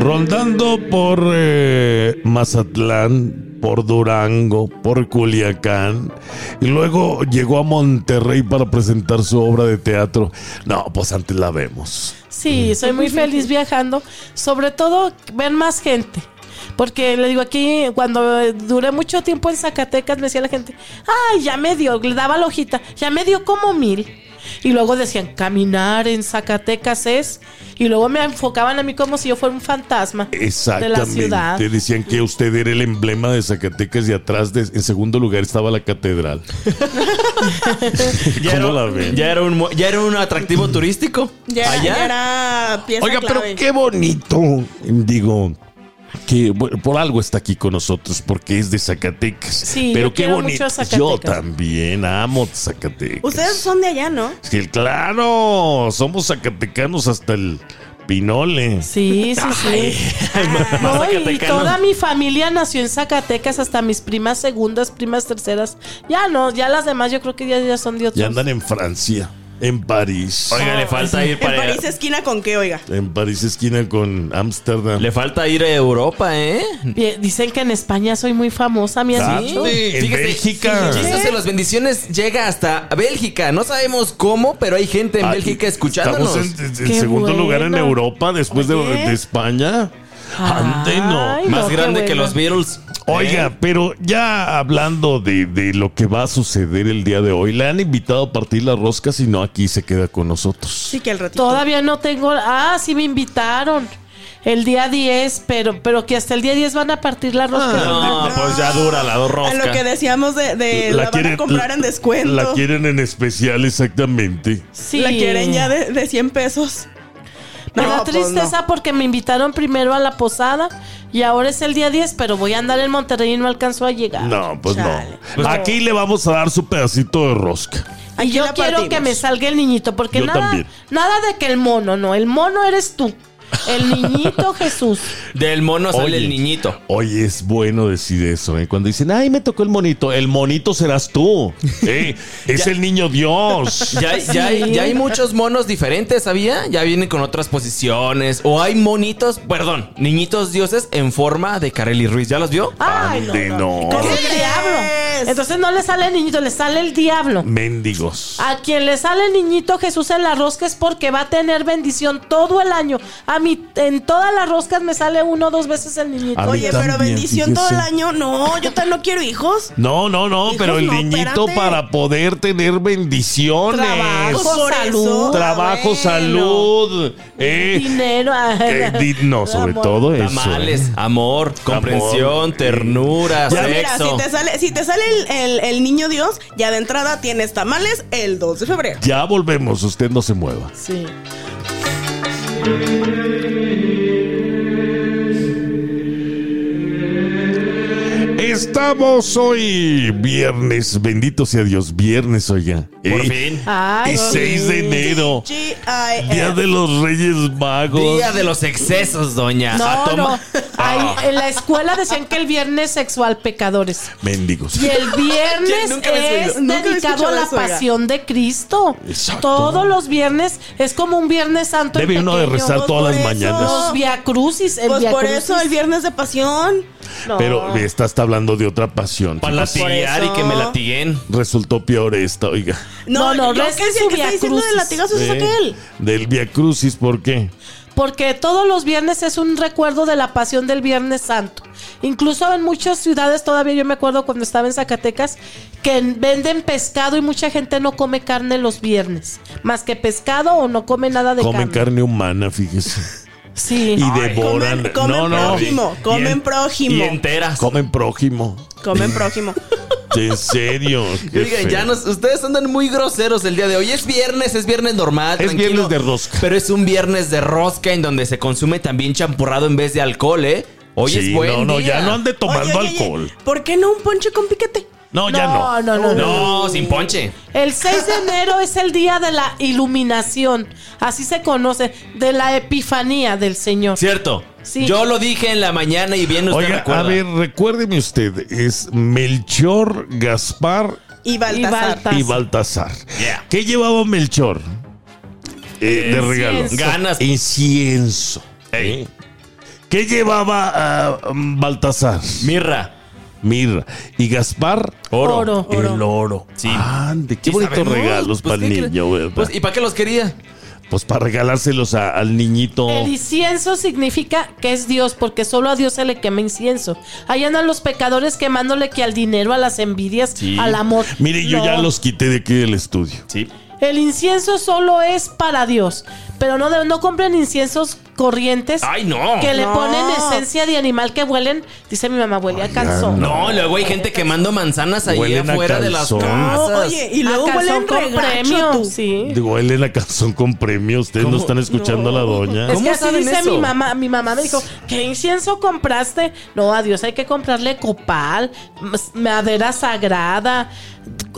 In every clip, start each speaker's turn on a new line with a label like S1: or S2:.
S1: Rondando por eh, Mazatlán, por Durango, por Culiacán, y luego llegó a Monterrey para presentar su obra de teatro. No, pues antes la vemos.
S2: Sí, soy muy feliz viajando. Sobre todo, ven más gente. Porque le digo aquí, cuando eh, duré mucho tiempo en Zacatecas, me decía la gente, ay, ya me dio, le daba la hojita, ya me dio como mil. Y luego decían, caminar en Zacatecas es. Y luego me enfocaban a mí como si yo fuera un fantasma de la
S1: Exactamente.
S2: ciudad.
S1: Te decían que usted era el emblema de Zacatecas y atrás, de- en segundo lugar, estaba la catedral.
S3: Ya
S1: ¿Cómo
S3: era,
S1: la ven?
S3: ya era un, mu- ya era un atractivo turístico.
S4: Ya,
S3: allá.
S4: era- ya era pieza
S1: Oiga, pero
S4: clave.
S1: qué bonito. Digo. Que bueno, por algo está aquí con nosotros, porque es de Zacatecas.
S2: Sí,
S1: pero
S2: yo
S1: qué
S2: quiero mucho
S1: bonito.
S2: a Zacatecas.
S1: Yo también amo Zacatecas.
S4: Ustedes son de allá, ¿no?
S1: Sí, claro, somos zacatecanos hasta el pinole.
S2: Sí, sí, sí.
S3: Más- más
S2: No, y
S3: zacatecano.
S2: toda mi familia nació en Zacatecas, hasta mis primas segundas, primas terceras. Ya no, ya las demás yo creo que ya, ya son de otros.
S1: Ya andan en Francia, en París.
S3: Oiga, le falta ir
S4: En
S3: para
S4: París esquina con qué, oiga.
S1: En París esquina con Ámsterdam.
S3: Le falta ir a Europa, ¿eh?
S2: Bien, Dicen que en España soy muy famosa, mi
S1: Ah,
S2: han
S1: Sí.
S2: dicho.
S1: en Bélgica.
S3: sí, Jesús de las bendiciones llega hasta Bélgica. No sabemos cómo, pero hay gente en
S1: Ah,
S3: Bélgica escuchándonos.
S1: Estamos en, en
S2: Qué
S1: segundo
S2: bueno.
S1: lugar en Europa después de,
S4: Oye.
S1: de España. Ande, no.
S2: Ay,
S3: Más
S2: no, qué
S3: grande que
S2: bueno.
S3: los Beatles. ¿Eh?
S1: Oiga, pero ya hablando de, de lo que va a suceder el día de hoy, le han invitado a partir las roscas y no aquí se queda con nosotros.
S4: Sí, que el ratito.
S2: Todavía no tengo. Ah, sí me invitaron. El día 10, pero, pero que hasta el día 10 van a partir la
S1: Ah,
S2: rosca.
S3: No, pues ya dura la dos
S4: A lo
S3: rosca.
S4: que decíamos de, de Eh, la, van a comprar
S1: la-
S4: en descuento.
S1: La quieren en especial, exactamente.
S2: Sí.
S4: La quieren ya de, de 100 pesos.
S2: Me da
S4: No, pues
S2: tristeza porque me invitaron primero a la posada y ahora es el día 10, pero voy a andar en Monterrey y no alcanzo a llegar.
S1: No, pues
S4: Chale.
S1: no. Aquí le vamos a dar su pedacito de rosca.
S2: Y
S4: Aquí
S2: yo
S4: la
S2: quiero
S4: partimos.
S2: que me salga el niñito, porque
S1: Yo
S2: nada,
S1: también.
S2: nada de que el mono, no, el mono eres tú. El niñito Jesús.
S3: Del mono sale
S1: Oye.
S3: el niñito.
S1: Oye, es bueno decir eso, ¿eh? Cuando dicen, ay, me tocó el monito, el monito serás tú. ¿eh? es el niño Dios.
S3: Ya, hay- ya hay, ya hay muchos monos diferentes, ¿sabía? Ya vienen con otras posiciones. O hay monitos, perdón, niñitos dioses en forma de Kareli Ruiz. ¿Ya los vio?
S2: Ay, no,
S1: Ande,
S2: no.
S1: no.
S2: Es
S4: ¿Qué
S2: el
S4: crees?
S2: diablo. Entonces no le sale el niñito, le sale el diablo.
S1: Mendigos.
S2: A quien le sale el niñito Jesús en la rosca es porque va a tener bendición todo el año. A mí, en todas las roscas me sale uno o dos veces el niñito.
S1: A mí
S4: Oye, pero
S1: también,
S4: bendición todo el
S1: fíjese.
S4: año. No, yo tan no quiero hijos.
S1: No, no, no,
S4: Hijos,
S1: pero el
S4: no,
S1: niñito
S4: espérate.
S1: para poder tener bendiciones.
S2: Trabajo,
S4: Pues por
S2: salud.
S4: eso. Ah,
S1: Trabajo,
S4: bueno.
S1: salud. ¿eh?
S2: Dinero.
S1: Eh, di- no, sobre
S2: Amor.
S1: todo eso.
S3: Tamales,
S1: ¿eh?
S3: amor, comprensión,
S1: Amor, eh.
S3: ternura,
S4: Pues mira,
S3: sexo.
S4: si te sale, si te sale el, el- el niño Dios, ya de entrada tienes tamales el 2 de febrero.
S1: Ya volvemos, usted no se mueva.
S2: Sí.
S1: Estamos hoy viernes, bendito sea Dios, viernes, oiga.
S3: Por
S1: ¿eh?
S3: fin.
S2: Ay,
S1: Y
S2: sí.
S1: 6 de enero,
S4: G.I.F..
S1: Día de los Reyes Magos.
S3: Día de los excesos, doña. A
S2: No,
S3: Ah, toma-
S2: no. Ahí, en la escuela decían que el viernes sexual pecadores.
S1: Mendigos.
S2: Y el
S4: ¿Quién?
S2: viernes
S4: Nunca había
S2: es
S4: oído, nunca había
S2: dedicado a la
S4: escuchado eso, oiga.
S2: pasión de Cristo.
S1: Exacto.
S2: Todos los viernes es como un viernes santo. en
S1: Debe uno de
S2: pequeño.
S1: rezar todas las
S4: por eso.
S1: mañanas.
S2: Los viacrucis. el
S4: Pues por
S2: viacrucis.
S4: eso el viernes de pasión.
S2: No.
S1: Pero esta está hablando de otra pasión.
S3: Para latigar y
S4: eso.
S3: que me latiguen.
S1: Resultó peor esta, oiga.
S2: No,
S4: No,
S2: no,
S4: no, yo
S2: res
S4: que sí,
S2: su
S4: que está diciendo
S2: viacrucis.
S4: de latigazos es
S1: ¿Eh?
S4: aquel.
S1: Del Via Crucis, ¿por qué?
S2: Porque todos los viernes es un recuerdo de la pasión del Viernes Santo. Incluso en muchas ciudades, todavía yo me acuerdo cuando estaba en Zacatecas, que en- venden pescado y mucha gente no come carne los viernes. Más que pescado o no come nada de
S1: Comen
S2: carne.
S1: carne humana, fíjese.
S2: Sí.
S1: Y
S3: Ay,
S1: devoran.
S4: comen- comen
S1: no, no.
S4: prójimo,
S3: Y
S4: comen
S3: en-
S4: prójimo.
S3: Y enteras.
S1: Comen prójimo.
S4: Comen prójimo.
S1: En serio. qué
S3: Oigan, ya
S1: feo.
S3: nos, ustedes andan muy groseros el día de hoy. Es viernes, es viernes normal.
S1: Es viernes de rosca.
S3: Pero es un viernes de rosca en donde se consume también champurrado en vez de alcohol, ¿eh? Hoy
S1: Sí,
S3: es buen
S1: no, no,
S3: día.
S1: ya no ande tomando
S4: Oye, oye, oye,
S1: alcohol.
S4: ¿Por qué no un ponche con piquete?
S1: No, ya no.
S2: No, no, no, no.
S3: No, sin ponche.
S2: El 6 de enero es el día de la iluminación. Así se conoce. De la epifanía del Señor.
S3: Cierto.
S2: Sí.
S3: Yo lo dije en la mañana y bien usted
S1: Oiga,
S3: recuerda.
S1: a ver, recuérdeme usted, es Melchor, Gaspar
S4: Y Baltasar.
S2: Baltasar.
S1: y Baltasar.
S3: Yeah.
S1: ¿Qué llevaba Melchor? Eh, de
S2: Incienso.
S1: regalo.
S3: Ganas.
S1: Incienso.
S3: Ey.
S1: ¿Qué llevaba ah, Baltasar?
S3: Mirra.
S1: Mirra. ¿Y Gaspar?
S3: Oro.
S2: Oro.
S1: El oro.
S3: Sí.
S1: Ande, qué
S3: Sí,
S1: bonitos
S3: sabemos.
S1: regalos
S3: Pues,
S1: para el
S3: ¿qué cre-
S1: niño, ¿verdad?
S3: Pues,
S1: Pues,
S3: ¿Y para qué los quería?
S1: para regalárselos a- al niñito.
S2: El incienso significa que es Dios, porque solo a Dios se le quema incienso. Ahí andan los pecadores quemándole que al dinero, a las envidias,
S3: Sí.
S2: al amor.
S1: Mire, yo
S2: No.
S1: ya los quité de aquí del estudio.
S3: Sí.
S2: El incienso solo es para Dios, pero no, de- no compren inciensos corrientes
S3: ¡Ay, no!
S2: que le
S4: No.
S2: ponen esencia de animal que huelen. Dice mi mamá, huele a calzón.
S3: No, luego hay gente quemando manzanas ahí
S1: Huelen a
S3: afuera de las
S1: calzón.
S4: No,
S3: casas.
S4: oye, y
S2: A
S4: luego
S2: Ah, calzón
S4: huelen
S2: con premio,
S4: regacho tú.
S2: Sí.
S1: Digo, él en la canción con premio. Ustedes no
S3: ¿Cómo?
S1: están escuchando a la doña.
S2: Es que
S3: ¿Cómo
S2: así
S3: saben
S2: dice
S3: eso?
S2: mi mamá. Mi mamá me dijo, ¿qué incienso compraste? No, a Dios hay que comprarle copal, mas- madera sagrada,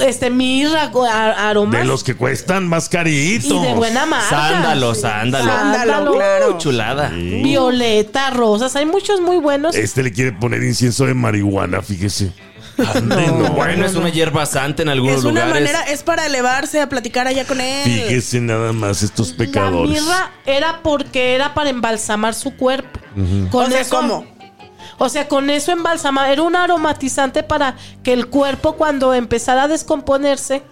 S2: este mirra, go- a- aromas.
S1: De los que cuestan más
S2: y
S1: caritos.
S2: de buena marca.
S3: Sándalo, sándalo.
S4: Sándalo,
S2: Sándalo.
S4: claro.
S3: Uh, chulada.
S2: Violeta, rosas, hay muchos muy buenos.
S1: Este le quiere poner incienso de marihuana, fíjese. Ande, no.
S3: Bueno, es una hierba santa en algunos
S4: Es una
S3: lugares.
S4: manera, es para elevarse a platicar allá con él.
S1: Fíjese nada más estos pecadores.
S2: La mirra era porque era para embalsamar su cuerpo. Con
S4: O sea,
S2: eso-
S4: ¿cómo?
S2: O sea, con eso embalsamaba. Era un aromatizante para que el cuerpo cuando empezara a descomponerse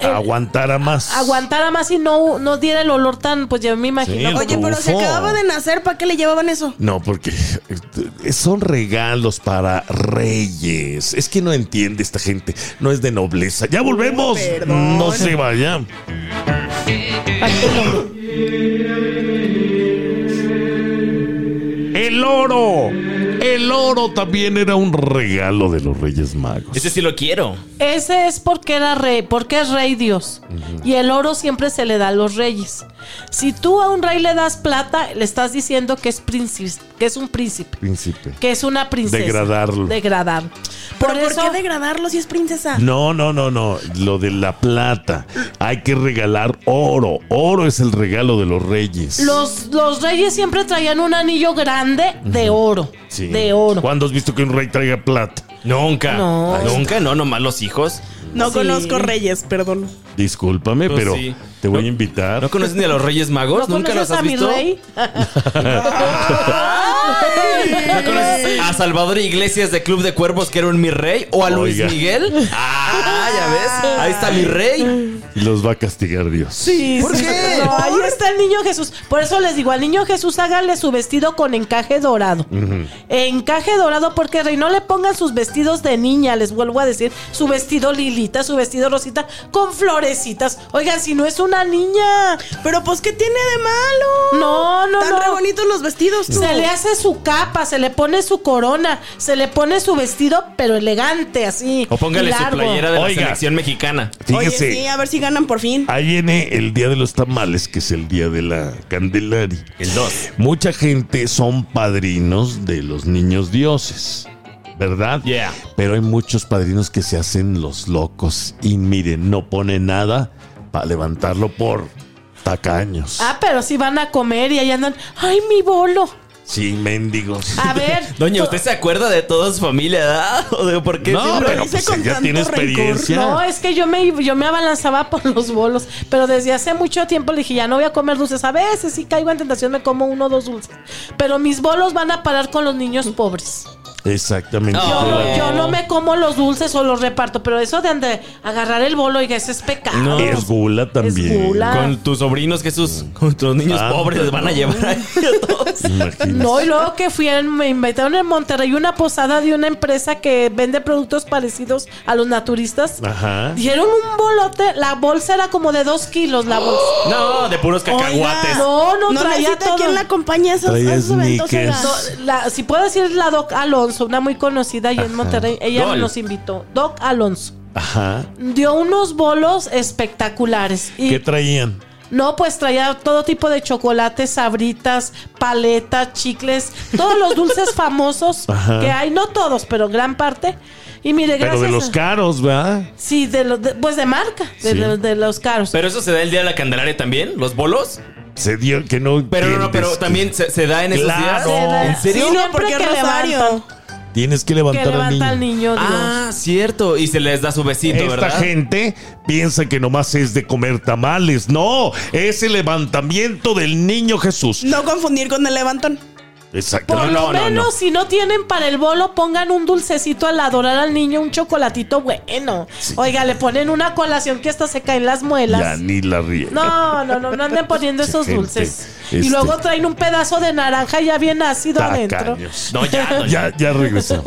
S1: Aguantara más.
S2: aguantara más y no, no diera el olor tan, pues yo me imagino.
S1: Sí.
S2: como-
S4: Oye, pero se
S1: Ufo.
S4: acababa de nacer, ¿para qué le llevaban eso?
S1: No, porque eh, son regalos para reyes. Es que no entiende esta gente. No es de nobleza. Ya volvemos.
S4: Perdón.
S1: No se vaya.
S2: Ay, perdón.
S1: El oro. El oro también era un regalo de los Reyes Magos.
S3: Ese sí lo quiero.
S2: Ese es porque era rey, porque es rey Dios. Y el oro siempre se le da a los reyes. Si tú a un rey le das plata, le estás diciendo que es príncipe, que es un príncipe,
S1: Príncipe.
S2: que es una princesa.
S1: Degradarlo.
S2: Degradarlo. Por
S4: ¿Pero
S2: eso
S4: por qué degradarlo si es princesa?
S1: No, no, no, no. Lo de la plata. Hay que regalar oro. Oro es el regalo de los reyes.
S2: los, los reyes siempre traían un anillo grande de oro.
S1: Sí.
S2: De oro.
S1: ¿Cuándo has visto que un rey traiga plata?
S3: Nunca.
S2: No.
S3: Nunca, no, nomás los hijos.
S4: No
S2: Sí.
S4: conozco reyes, perdón.
S1: Discúlpame,
S3: Pues
S1: pero
S3: sí.
S1: te voy
S3: No-
S1: a invitar.
S3: ¿No conoces ni a los Reyes Magos?
S2: ¿No
S3: ¿Nunca los
S2: conoces
S3: has
S2: a mi
S3: visto?
S2: rey?
S3: ¿No conoces a Salvador Iglesias de Club de Cuervos que era un mi rey? ¿O a Luis
S1: Oiga.
S3: Miguel? Ah, ya ves. Ahí está mi rey.
S1: Y los va a castigar Dios.
S2: Sí,
S3: ¿Por
S2: sí.
S3: qué?
S2: No, ahí está el niño Jesús. Por eso les digo, al niño Jesús háganle su vestido con encaje dorado. Encaje dorado porque rey, no le pongan sus vestidos de niña, les vuelvo a decir, su vestido lilita, su vestido rosita con florecitas. Oigan, si no es una niña.
S4: Pero pues, ¿qué tiene de malo?
S2: No, no,
S4: Están
S2: no.
S4: re bonitos los vestidos, tú.
S2: Se le hace su capa, se le pone su corona, se le pone su vestido, pero elegante, así.
S3: O póngale su
S2: largo.
S3: playera de
S1: Oiga.
S3: la selección mexicana.
S4: Oye,
S1: Fíjese,
S4: sí, a ver si ganan por fin.
S1: ahí viene el día de los tamales, que es el día de la Candelaria.
S3: El 2.
S1: Mucha gente son padrinos de los niños dioses, ¿verdad?
S3: Yeah.
S1: Pero hay muchos padrinos que se hacen los locos y miren, no pone nada para levantarlo por tacaños.
S2: Ah, pero si van a comer y ahí andan, ay, mi bolo.
S1: Sí, mendigos.
S2: A ver.
S3: Doña, ¿usted se acuerda de toda su familia? ¿verdad? ¿O de por qué?
S1: No,
S3: siempre-
S1: pero
S4: dice
S1: pues
S4: con
S1: ella
S4: tanto
S1: tiene
S4: rencor.
S1: experiencia.
S2: No, es que yo me, yo me abalanzaba por los bolos, pero desde hace mucho tiempo le dije, ya no voy a comer dulces. A veces sí caigo en tentación, me como uno o dos dulces. Pero mis bolos van a parar con los niños pobres.
S1: Exactamente.
S3: No.
S2: Yo, no,
S3: Oh.
S2: yo no me como los dulces o los reparto, pero eso de ande- agarrar el bolo, oiga, ese es pecado.
S3: No.
S1: Es gula también.
S2: gula.
S3: Con tus sobrinos, Jesús, con tus niños
S1: Ah.
S3: pobres, van a llevar ahí a todos.
S1: Imagínese.
S2: No, y luego que fui, en- me invitaron en Monterrey una posada de una empresa que vende productos parecidos a los naturistas.
S1: Ajá.
S2: Dieron un bolote, la bolsa era como de dos kilos, la bolsa.
S3: No, de puros cacahuates.
S2: No, no,
S4: No
S2: traía
S4: necesita
S2: todo.
S4: quien la acompañe a esos, a
S1: Traía
S4: esos eventos.
S1: sneakers.
S4: oiga.
S2: Do- la- si puedo decir la Doc Alonso, una muy conocida allá en Monterrey, ella
S3: Dol.
S2: nos invitó. Doc Alonso
S1: Ajá.
S2: dio unos bolos espectaculares y
S1: ¿Qué traían?
S2: no pues traía todo tipo de chocolates, sabritas, paletas, chicles, todos los dulces famosos
S1: Ajá.
S2: que hay, no todos, pero gran parte. Y mire, gracias.
S1: Pero de los
S2: a-
S1: caros, ¿verdad?
S2: sí, de los de- pues de marca, de,
S1: Sí.
S2: de- de los caros.
S3: Pero eso se da el día de la Candelaria también, los bolos.
S1: Se dio que no.
S3: Pero no, no,
S1: entiendes
S3: pero
S1: que-
S3: también se, se da en esos
S1: Claro.
S3: días. ¿En serio?
S4: Sí, no,
S2: Siempre
S4: porque
S2: que
S4: es rosario.
S2: levantan.
S1: Tienes que
S2: que
S1: levantar,
S2: levanta
S1: al
S2: al
S1: niño.
S2: niño Dios.
S3: Ah, cierto. Y se les da su besito,
S1: Esta
S3: ¿verdad?
S1: gente piensa que nomás es de comer tamales. No, es el levantamiento del niño Jesús.
S4: No confundir con el levantón.
S1: Exacto.
S2: Por
S3: No,
S2: lo
S3: no, no, no.
S2: menos, si no tienen para el bolo, pongan un dulcecito al adorar al niño, un chocolatito bueno. Oiga, le ponen una colación que hasta se caen las
S1: Ya
S2: muelas.
S1: ni la riega.
S2: No, no, no, no anden poniendo esos
S1: Gente,
S2: dulces.
S1: este- Ah,
S2: Y luego traen un pedazo de naranja ya bien ácido adentro.
S1: Tacaños.
S3: No, ya, no, ya.
S1: Ya, ya regresamos.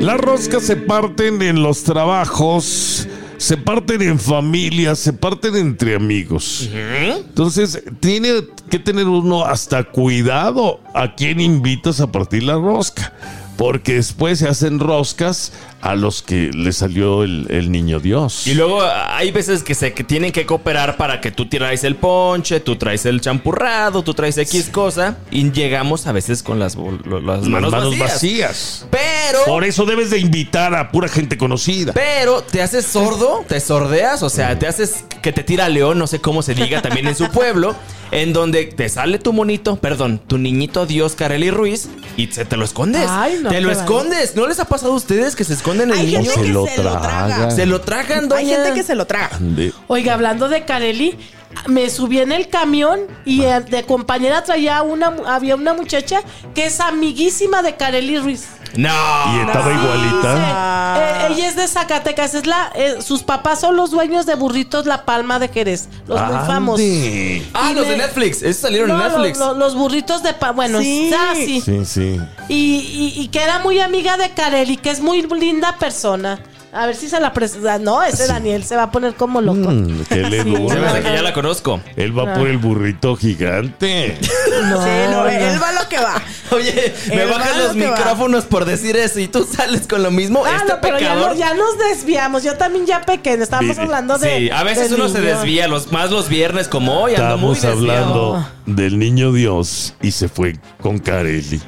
S1: Las roscas se parten en los trabajos, se parten en familias, se parten entre amigos. Entonces, tiene que tener uno hasta cuidado a quién invitas a partir la rosca. Porque después se hacen roscas a los que le salió el, el niño Dios.
S3: Y luego hay veces que se que tienen que cooperar para que tú traes el ponche, tú traes el champurrado, tú traes X cosa. Y llegamos a veces con las, bol- lo- las
S1: las
S3: manos,
S1: manos,
S3: vacías.
S1: vacías.
S3: Pero.
S1: Por eso debes de invitar a pura gente conocida.
S3: Pero te haces sordo, te sordeas, o sea, te haces que te tira león, no sé cómo se diga también en su pueblo, en donde te sale tu monito, perdón, tu niñito Dios Carely Ruiz y se te lo escondes.
S2: Ay, no,
S3: te lo
S2: qué vale.
S3: escondes. ¿No les ha pasado a ustedes que se esconden el
S4: Hay
S3: niño?
S4: gente
S1: se
S4: que
S1: lo
S4: se lo traga.
S1: traga.
S3: Se lo tragan, doña.
S4: Hay gente que se lo traga.
S1: De-
S2: Oiga, hablando de Careli, me subí en el camión y eh, de compañera traía una, mu- había una muchacha que es amiguísima de Careli Ruiz.
S3: No.
S1: Y estaba igualita.
S4: Ah.
S2: Eh, ella es de Zacatecas, es la, eh, sus papás son los dueños de burritos La Palma de Jerez, los
S1: Ah,
S2: muy famosos.
S1: Ande.
S3: Ah,
S2: Y
S3: los de
S2: me-
S3: Netflix. Esos salieron
S2: No,
S3: en
S2: lo-
S3: Netflix.
S2: lo- los burritos de pa- bueno,
S4: Sí.
S2: está así.
S1: Sí, sí.
S2: Y, y- y que era muy amiga de Careli, que es muy linda persona. A ver si se la presenta. No, ese Daniel se va a poner como loco.
S1: Mm, qué le
S2: Sí.
S1: dura.
S3: Se me hace que ya la conozco.
S1: Él va por el burrito gigante.
S2: No,
S4: Sí, no,
S2: no.
S4: él va lo que va.
S3: Oye, me
S4: El
S3: bajan
S4: malo
S3: los
S4: que va.
S3: micrófonos por decir eso y tú sales con lo mismo.
S2: Ah,
S3: este
S2: no, pero ya,
S3: pecador.
S2: no- ya nos desviamos. Yo también ya pequé. Estábamos
S1: Mire,
S2: hablando de.
S3: sí, a veces
S2: de
S3: uno se
S2: niños.
S3: desvía, los, más los viernes como hoy. ando muy
S1: Estamos
S3: desviado.
S1: hablando del niño Dios y se fue con Carelli.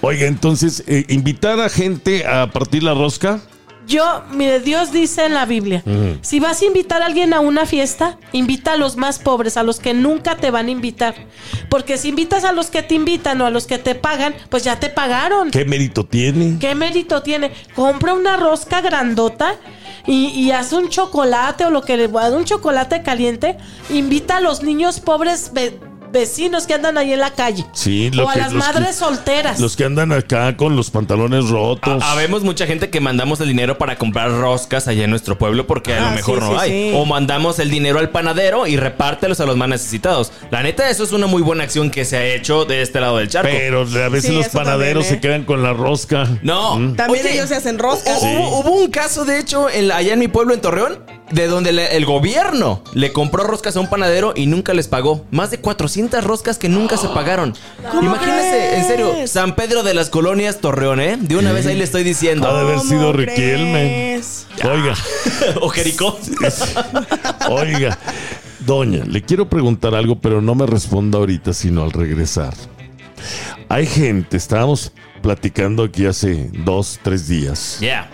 S1: Oiga, entonces, eh, invitar a gente a partir la rosca.
S2: Yo, mire, Dios dice en la Biblia: si vas a invitar a alguien a una fiesta, invita a los más pobres, a los que nunca te van a invitar. Porque si invitas a los que te invitan o a los que te pagan, pues ya te pagaron.
S1: ¿Qué mérito tiene?
S2: ¿Qué mérito tiene? Compra una rosca grandota y, y haz un chocolate o lo que le haz un chocolate caliente. Invita a los niños pobres ve- vecinos que andan ahí en la calle.
S1: Sí, lo
S2: o a
S1: que-
S2: las
S1: los que-
S2: madres solteras.
S1: Los que andan acá con los pantalones rotos.
S3: A- Habemos mucha gente que mandamos el dinero para comprar roscas allá en nuestro pueblo porque a
S4: Ah,
S3: lo mejor
S4: sí,
S3: no
S4: sí,
S3: hay.
S4: sí.
S3: O mandamos el dinero al panadero y repártelos a los más necesitados. La neta, eso es una muy buena acción que se ha hecho de este lado del charco.
S1: Pero a veces
S4: Sí,
S1: los
S4: eso
S1: panaderos
S4: también, ¿eh?
S1: se quedan con la rosca. Mm,
S3: No.
S4: También ellos se hacen roscas.
S3: hu- Hubo, hubo un caso, de hecho, en la- allá en mi pueblo, en Torreón, de donde le- el gobierno le compró roscas a un panadero y nunca les pagó. Más de 400 roscas que nunca se pagaron.
S4: ¿Cómo
S3: Imagínense, en
S4: crees?
S3: serio, San Pedro de las Colonias, Torreón, ¿eh? De una vez ahí le estoy
S1: Ha de
S3: diciendo.
S1: haber sido
S4: ¿Cómo
S1: Riquelme.
S4: crees?
S1: Oiga.
S3: o Jericó.
S1: Oiga, doña, le quiero preguntar algo, pero no me responda ahorita, sino al regresar. Hay gente, estábamos platicando aquí hace dos, tres días,
S3: Yeah.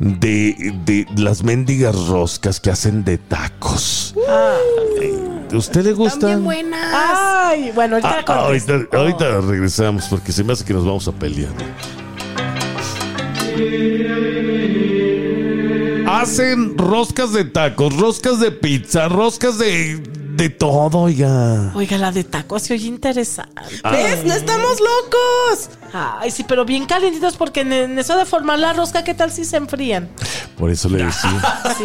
S1: de, de las mendigas roscas que hacen de tacos. Eh, ¿Usted le
S4: Ah. Están
S1: gusta?
S4: bien buenas.
S2: Ay, bueno, ahorita,
S1: Ah, ah,
S2: contesto.
S1: ahorita, ahorita regresamos porque se me hace que nos vamos a pelear. Hacen roscas de tacos, roscas de pizza, roscas de, de todo, oiga.
S2: Oiga, la de tacos se oye interesante.
S1: Ah.
S4: ¿Ves? No estamos locos.
S2: Ay, sí, pero bien calentitos porque en, en eso de formar la rosca, ¿qué tal si se enfrían?
S1: Por eso le decía.
S2: Sí.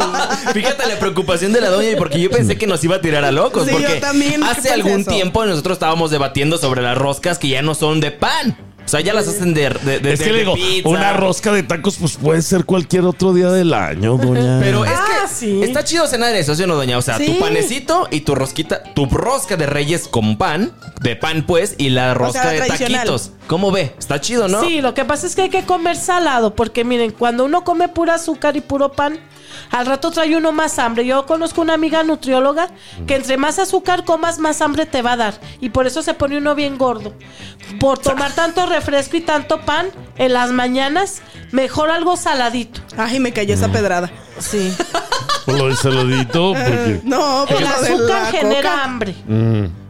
S3: Fíjate la preocupación de la doña y porque yo
S1: Mm.
S3: pensé que nos iba a tirar a locos.
S4: Sí,
S3: porque
S4: yo también, ¿qué
S3: hace
S4: pensé
S3: algún
S4: eso?
S3: tiempo nosotros estábamos debatiendo sobre las roscas que ya no son de pan. O sea, ya las hacen de, de, de-
S1: es que le
S3: de- de
S1: digo,
S3: pizza.
S1: una rosca de tacos, pues puede ser cualquier otro día del año, doña.
S3: Pero es
S2: Ah,
S3: que
S2: sí.
S3: está chido cenar eso, ¿sí o no, doña? O sea,
S4: Sí.
S3: tu panecito y tu rosquita, tu rosca de reyes con pan, de pan pues, y la rosca
S4: sea,
S3: de
S4: tradicional.
S3: taquitos. ¿Cómo ve? Está chido, ¿no?
S2: Sí, lo que pasa es que hay que comer salado, porque miren, cuando uno come pura azúcar y puro pan, al rato trae uno más hambre. Yo conozco una amiga nutrióloga que entre más azúcar comas, más hambre te va a dar. Y por eso se pone uno bien gordo. Por tomar tanto refresco y tanto pan en las mañanas, mejor algo saladito.
S4: Ay, me cayó
S1: Mm.
S4: esa pedrada.
S2: Sí.
S1: Por lo del saludito, porque. mm.
S4: No, por
S2: El
S4: lo de la
S2: azúcar genera
S4: coca.
S2: hambre.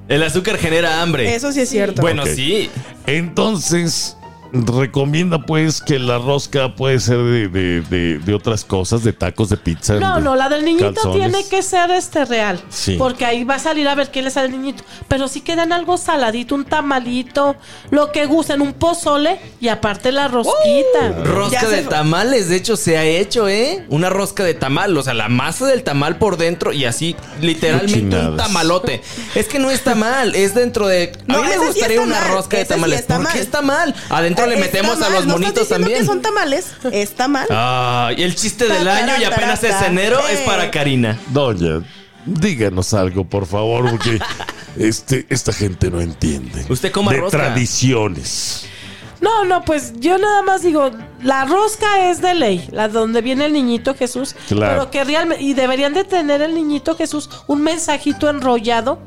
S3: El azúcar genera hambre.
S4: Eso sí es cierto.
S3: Bueno,
S1: Ok.
S3: sí.
S1: Entonces, recomienda pues que la rosca puede ser de, de- de- de otras cosas, de tacos, de pizza.
S2: No,
S1: de
S2: no, la del niñito
S1: calzones.
S2: tiene que ser este real.
S1: Sí.
S2: Porque ahí va a salir a ver qué le sale al niñito. Pero sí quedan algo saladito, un tamalito, lo que gusten, un pozole y aparte la
S1: ¡Oh!
S2: rosquita.
S3: Rosca
S4: Ya
S3: de
S4: se-
S3: tamales, de hecho, se ha hecho, ¿eh? Una rosca de tamal, o sea, la masa del tamal por dentro y así, literalmente un
S1: Cochinadas.
S3: tamalote. Es que no está mal, es dentro de. a
S4: No,
S3: mí me
S4: ese sí
S3: gustaría
S4: está
S3: una
S4: mal,
S3: rosca de
S4: ese sí
S3: tamales.
S4: está
S3: ¿Por qué
S4: mal. Ah,
S3: está mal? Adentro le
S4: Está
S3: metemos a
S4: mal,
S3: los
S4: ¿no
S3: monitos
S4: estás diciendo
S3: también.
S4: que son tamales. Está mal.
S3: Ay, Ah, el chiste del año y apenas es enero es
S4: eh.
S3: para Karina.
S1: Doña, díganos algo, por favor, porque este, esta gente no entiende.
S3: Usted coma
S1: De
S3: rosca.
S1: tradiciones.
S2: No, no, pues yo nada más digo, la rosca es de ley, la donde viene el niñito Jesús.
S1: Claro.
S2: Pero que realmente, y deberían de tener el niñito Jesús un mensajito enrollado.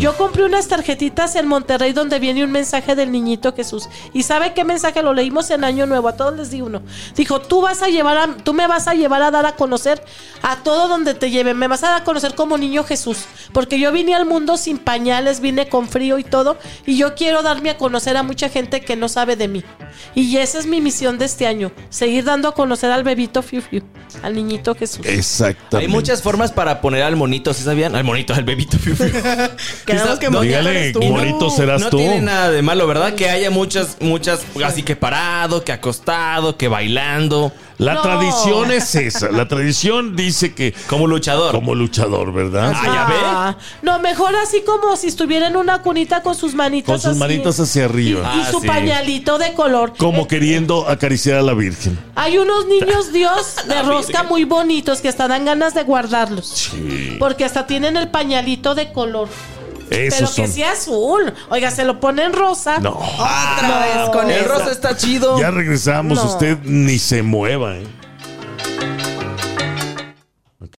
S2: Yo compré unas tarjetitas en Monterrey donde viene un mensaje del niñito Jesús. ¿Y sabe qué mensaje? Lo leímos en Año Nuevo, a todos les di uno. Dijo, tú vas a llevar a, tú me vas a llevar a dar a conocer a todo donde te lleven, me vas a dar a conocer como niño Jesús. Porque yo vine al mundo sin pañales, vine con frío y todo, y yo quiero darme a conocer a mucha gente que no sabe de mí. Y esa es mi misión de este año, seguir dando a conocer al bebito Fiu Fiu, al niñito Jesús.
S1: Exactamente.
S3: Hay muchas formas para poner al monito, ¿sí sabían? Al monito, al bebito. fiu, fiu.
S4: Quedamos que
S3: No,
S4: moña
S1: dígale
S4: eres tú.
S1: que bonito
S3: No,
S1: serás
S3: no
S1: tú.
S3: tiene nada de malo, ¿verdad? Que haya muchas, muchas, así que parado, que acostado, que bailando.
S1: La
S2: No.
S1: tradición es esa. La tradición dice que
S3: Como luchador.
S1: como luchador, ¿verdad?
S3: Ah, ya
S2: Ah, no, mejor así como si estuviera en una cunita con sus manitas
S1: Con sus
S2: así.
S1: manitas hacia
S2: Y,
S1: arriba.
S2: y
S3: Ah,
S2: su
S3: sí.
S2: pañalito de color.
S1: Como
S2: Eh,
S1: queriendo acariciar a la Virgen.
S2: Hay unos niños Dios
S3: Ah,
S2: de rosca muy bonitos que hasta dan ganas de guardarlos.
S1: Sí.
S2: Porque hasta tienen el pañalito de color. pero
S1: Esos
S2: que
S1: son.
S2: sea azul. Oiga, se lo ponen rosa.
S1: No.
S4: Otra vez con
S3: el
S4: eso.
S3: rosa está chido.
S1: Ya regresamos.
S2: No.
S1: Usted ni se mueva, ¿eh?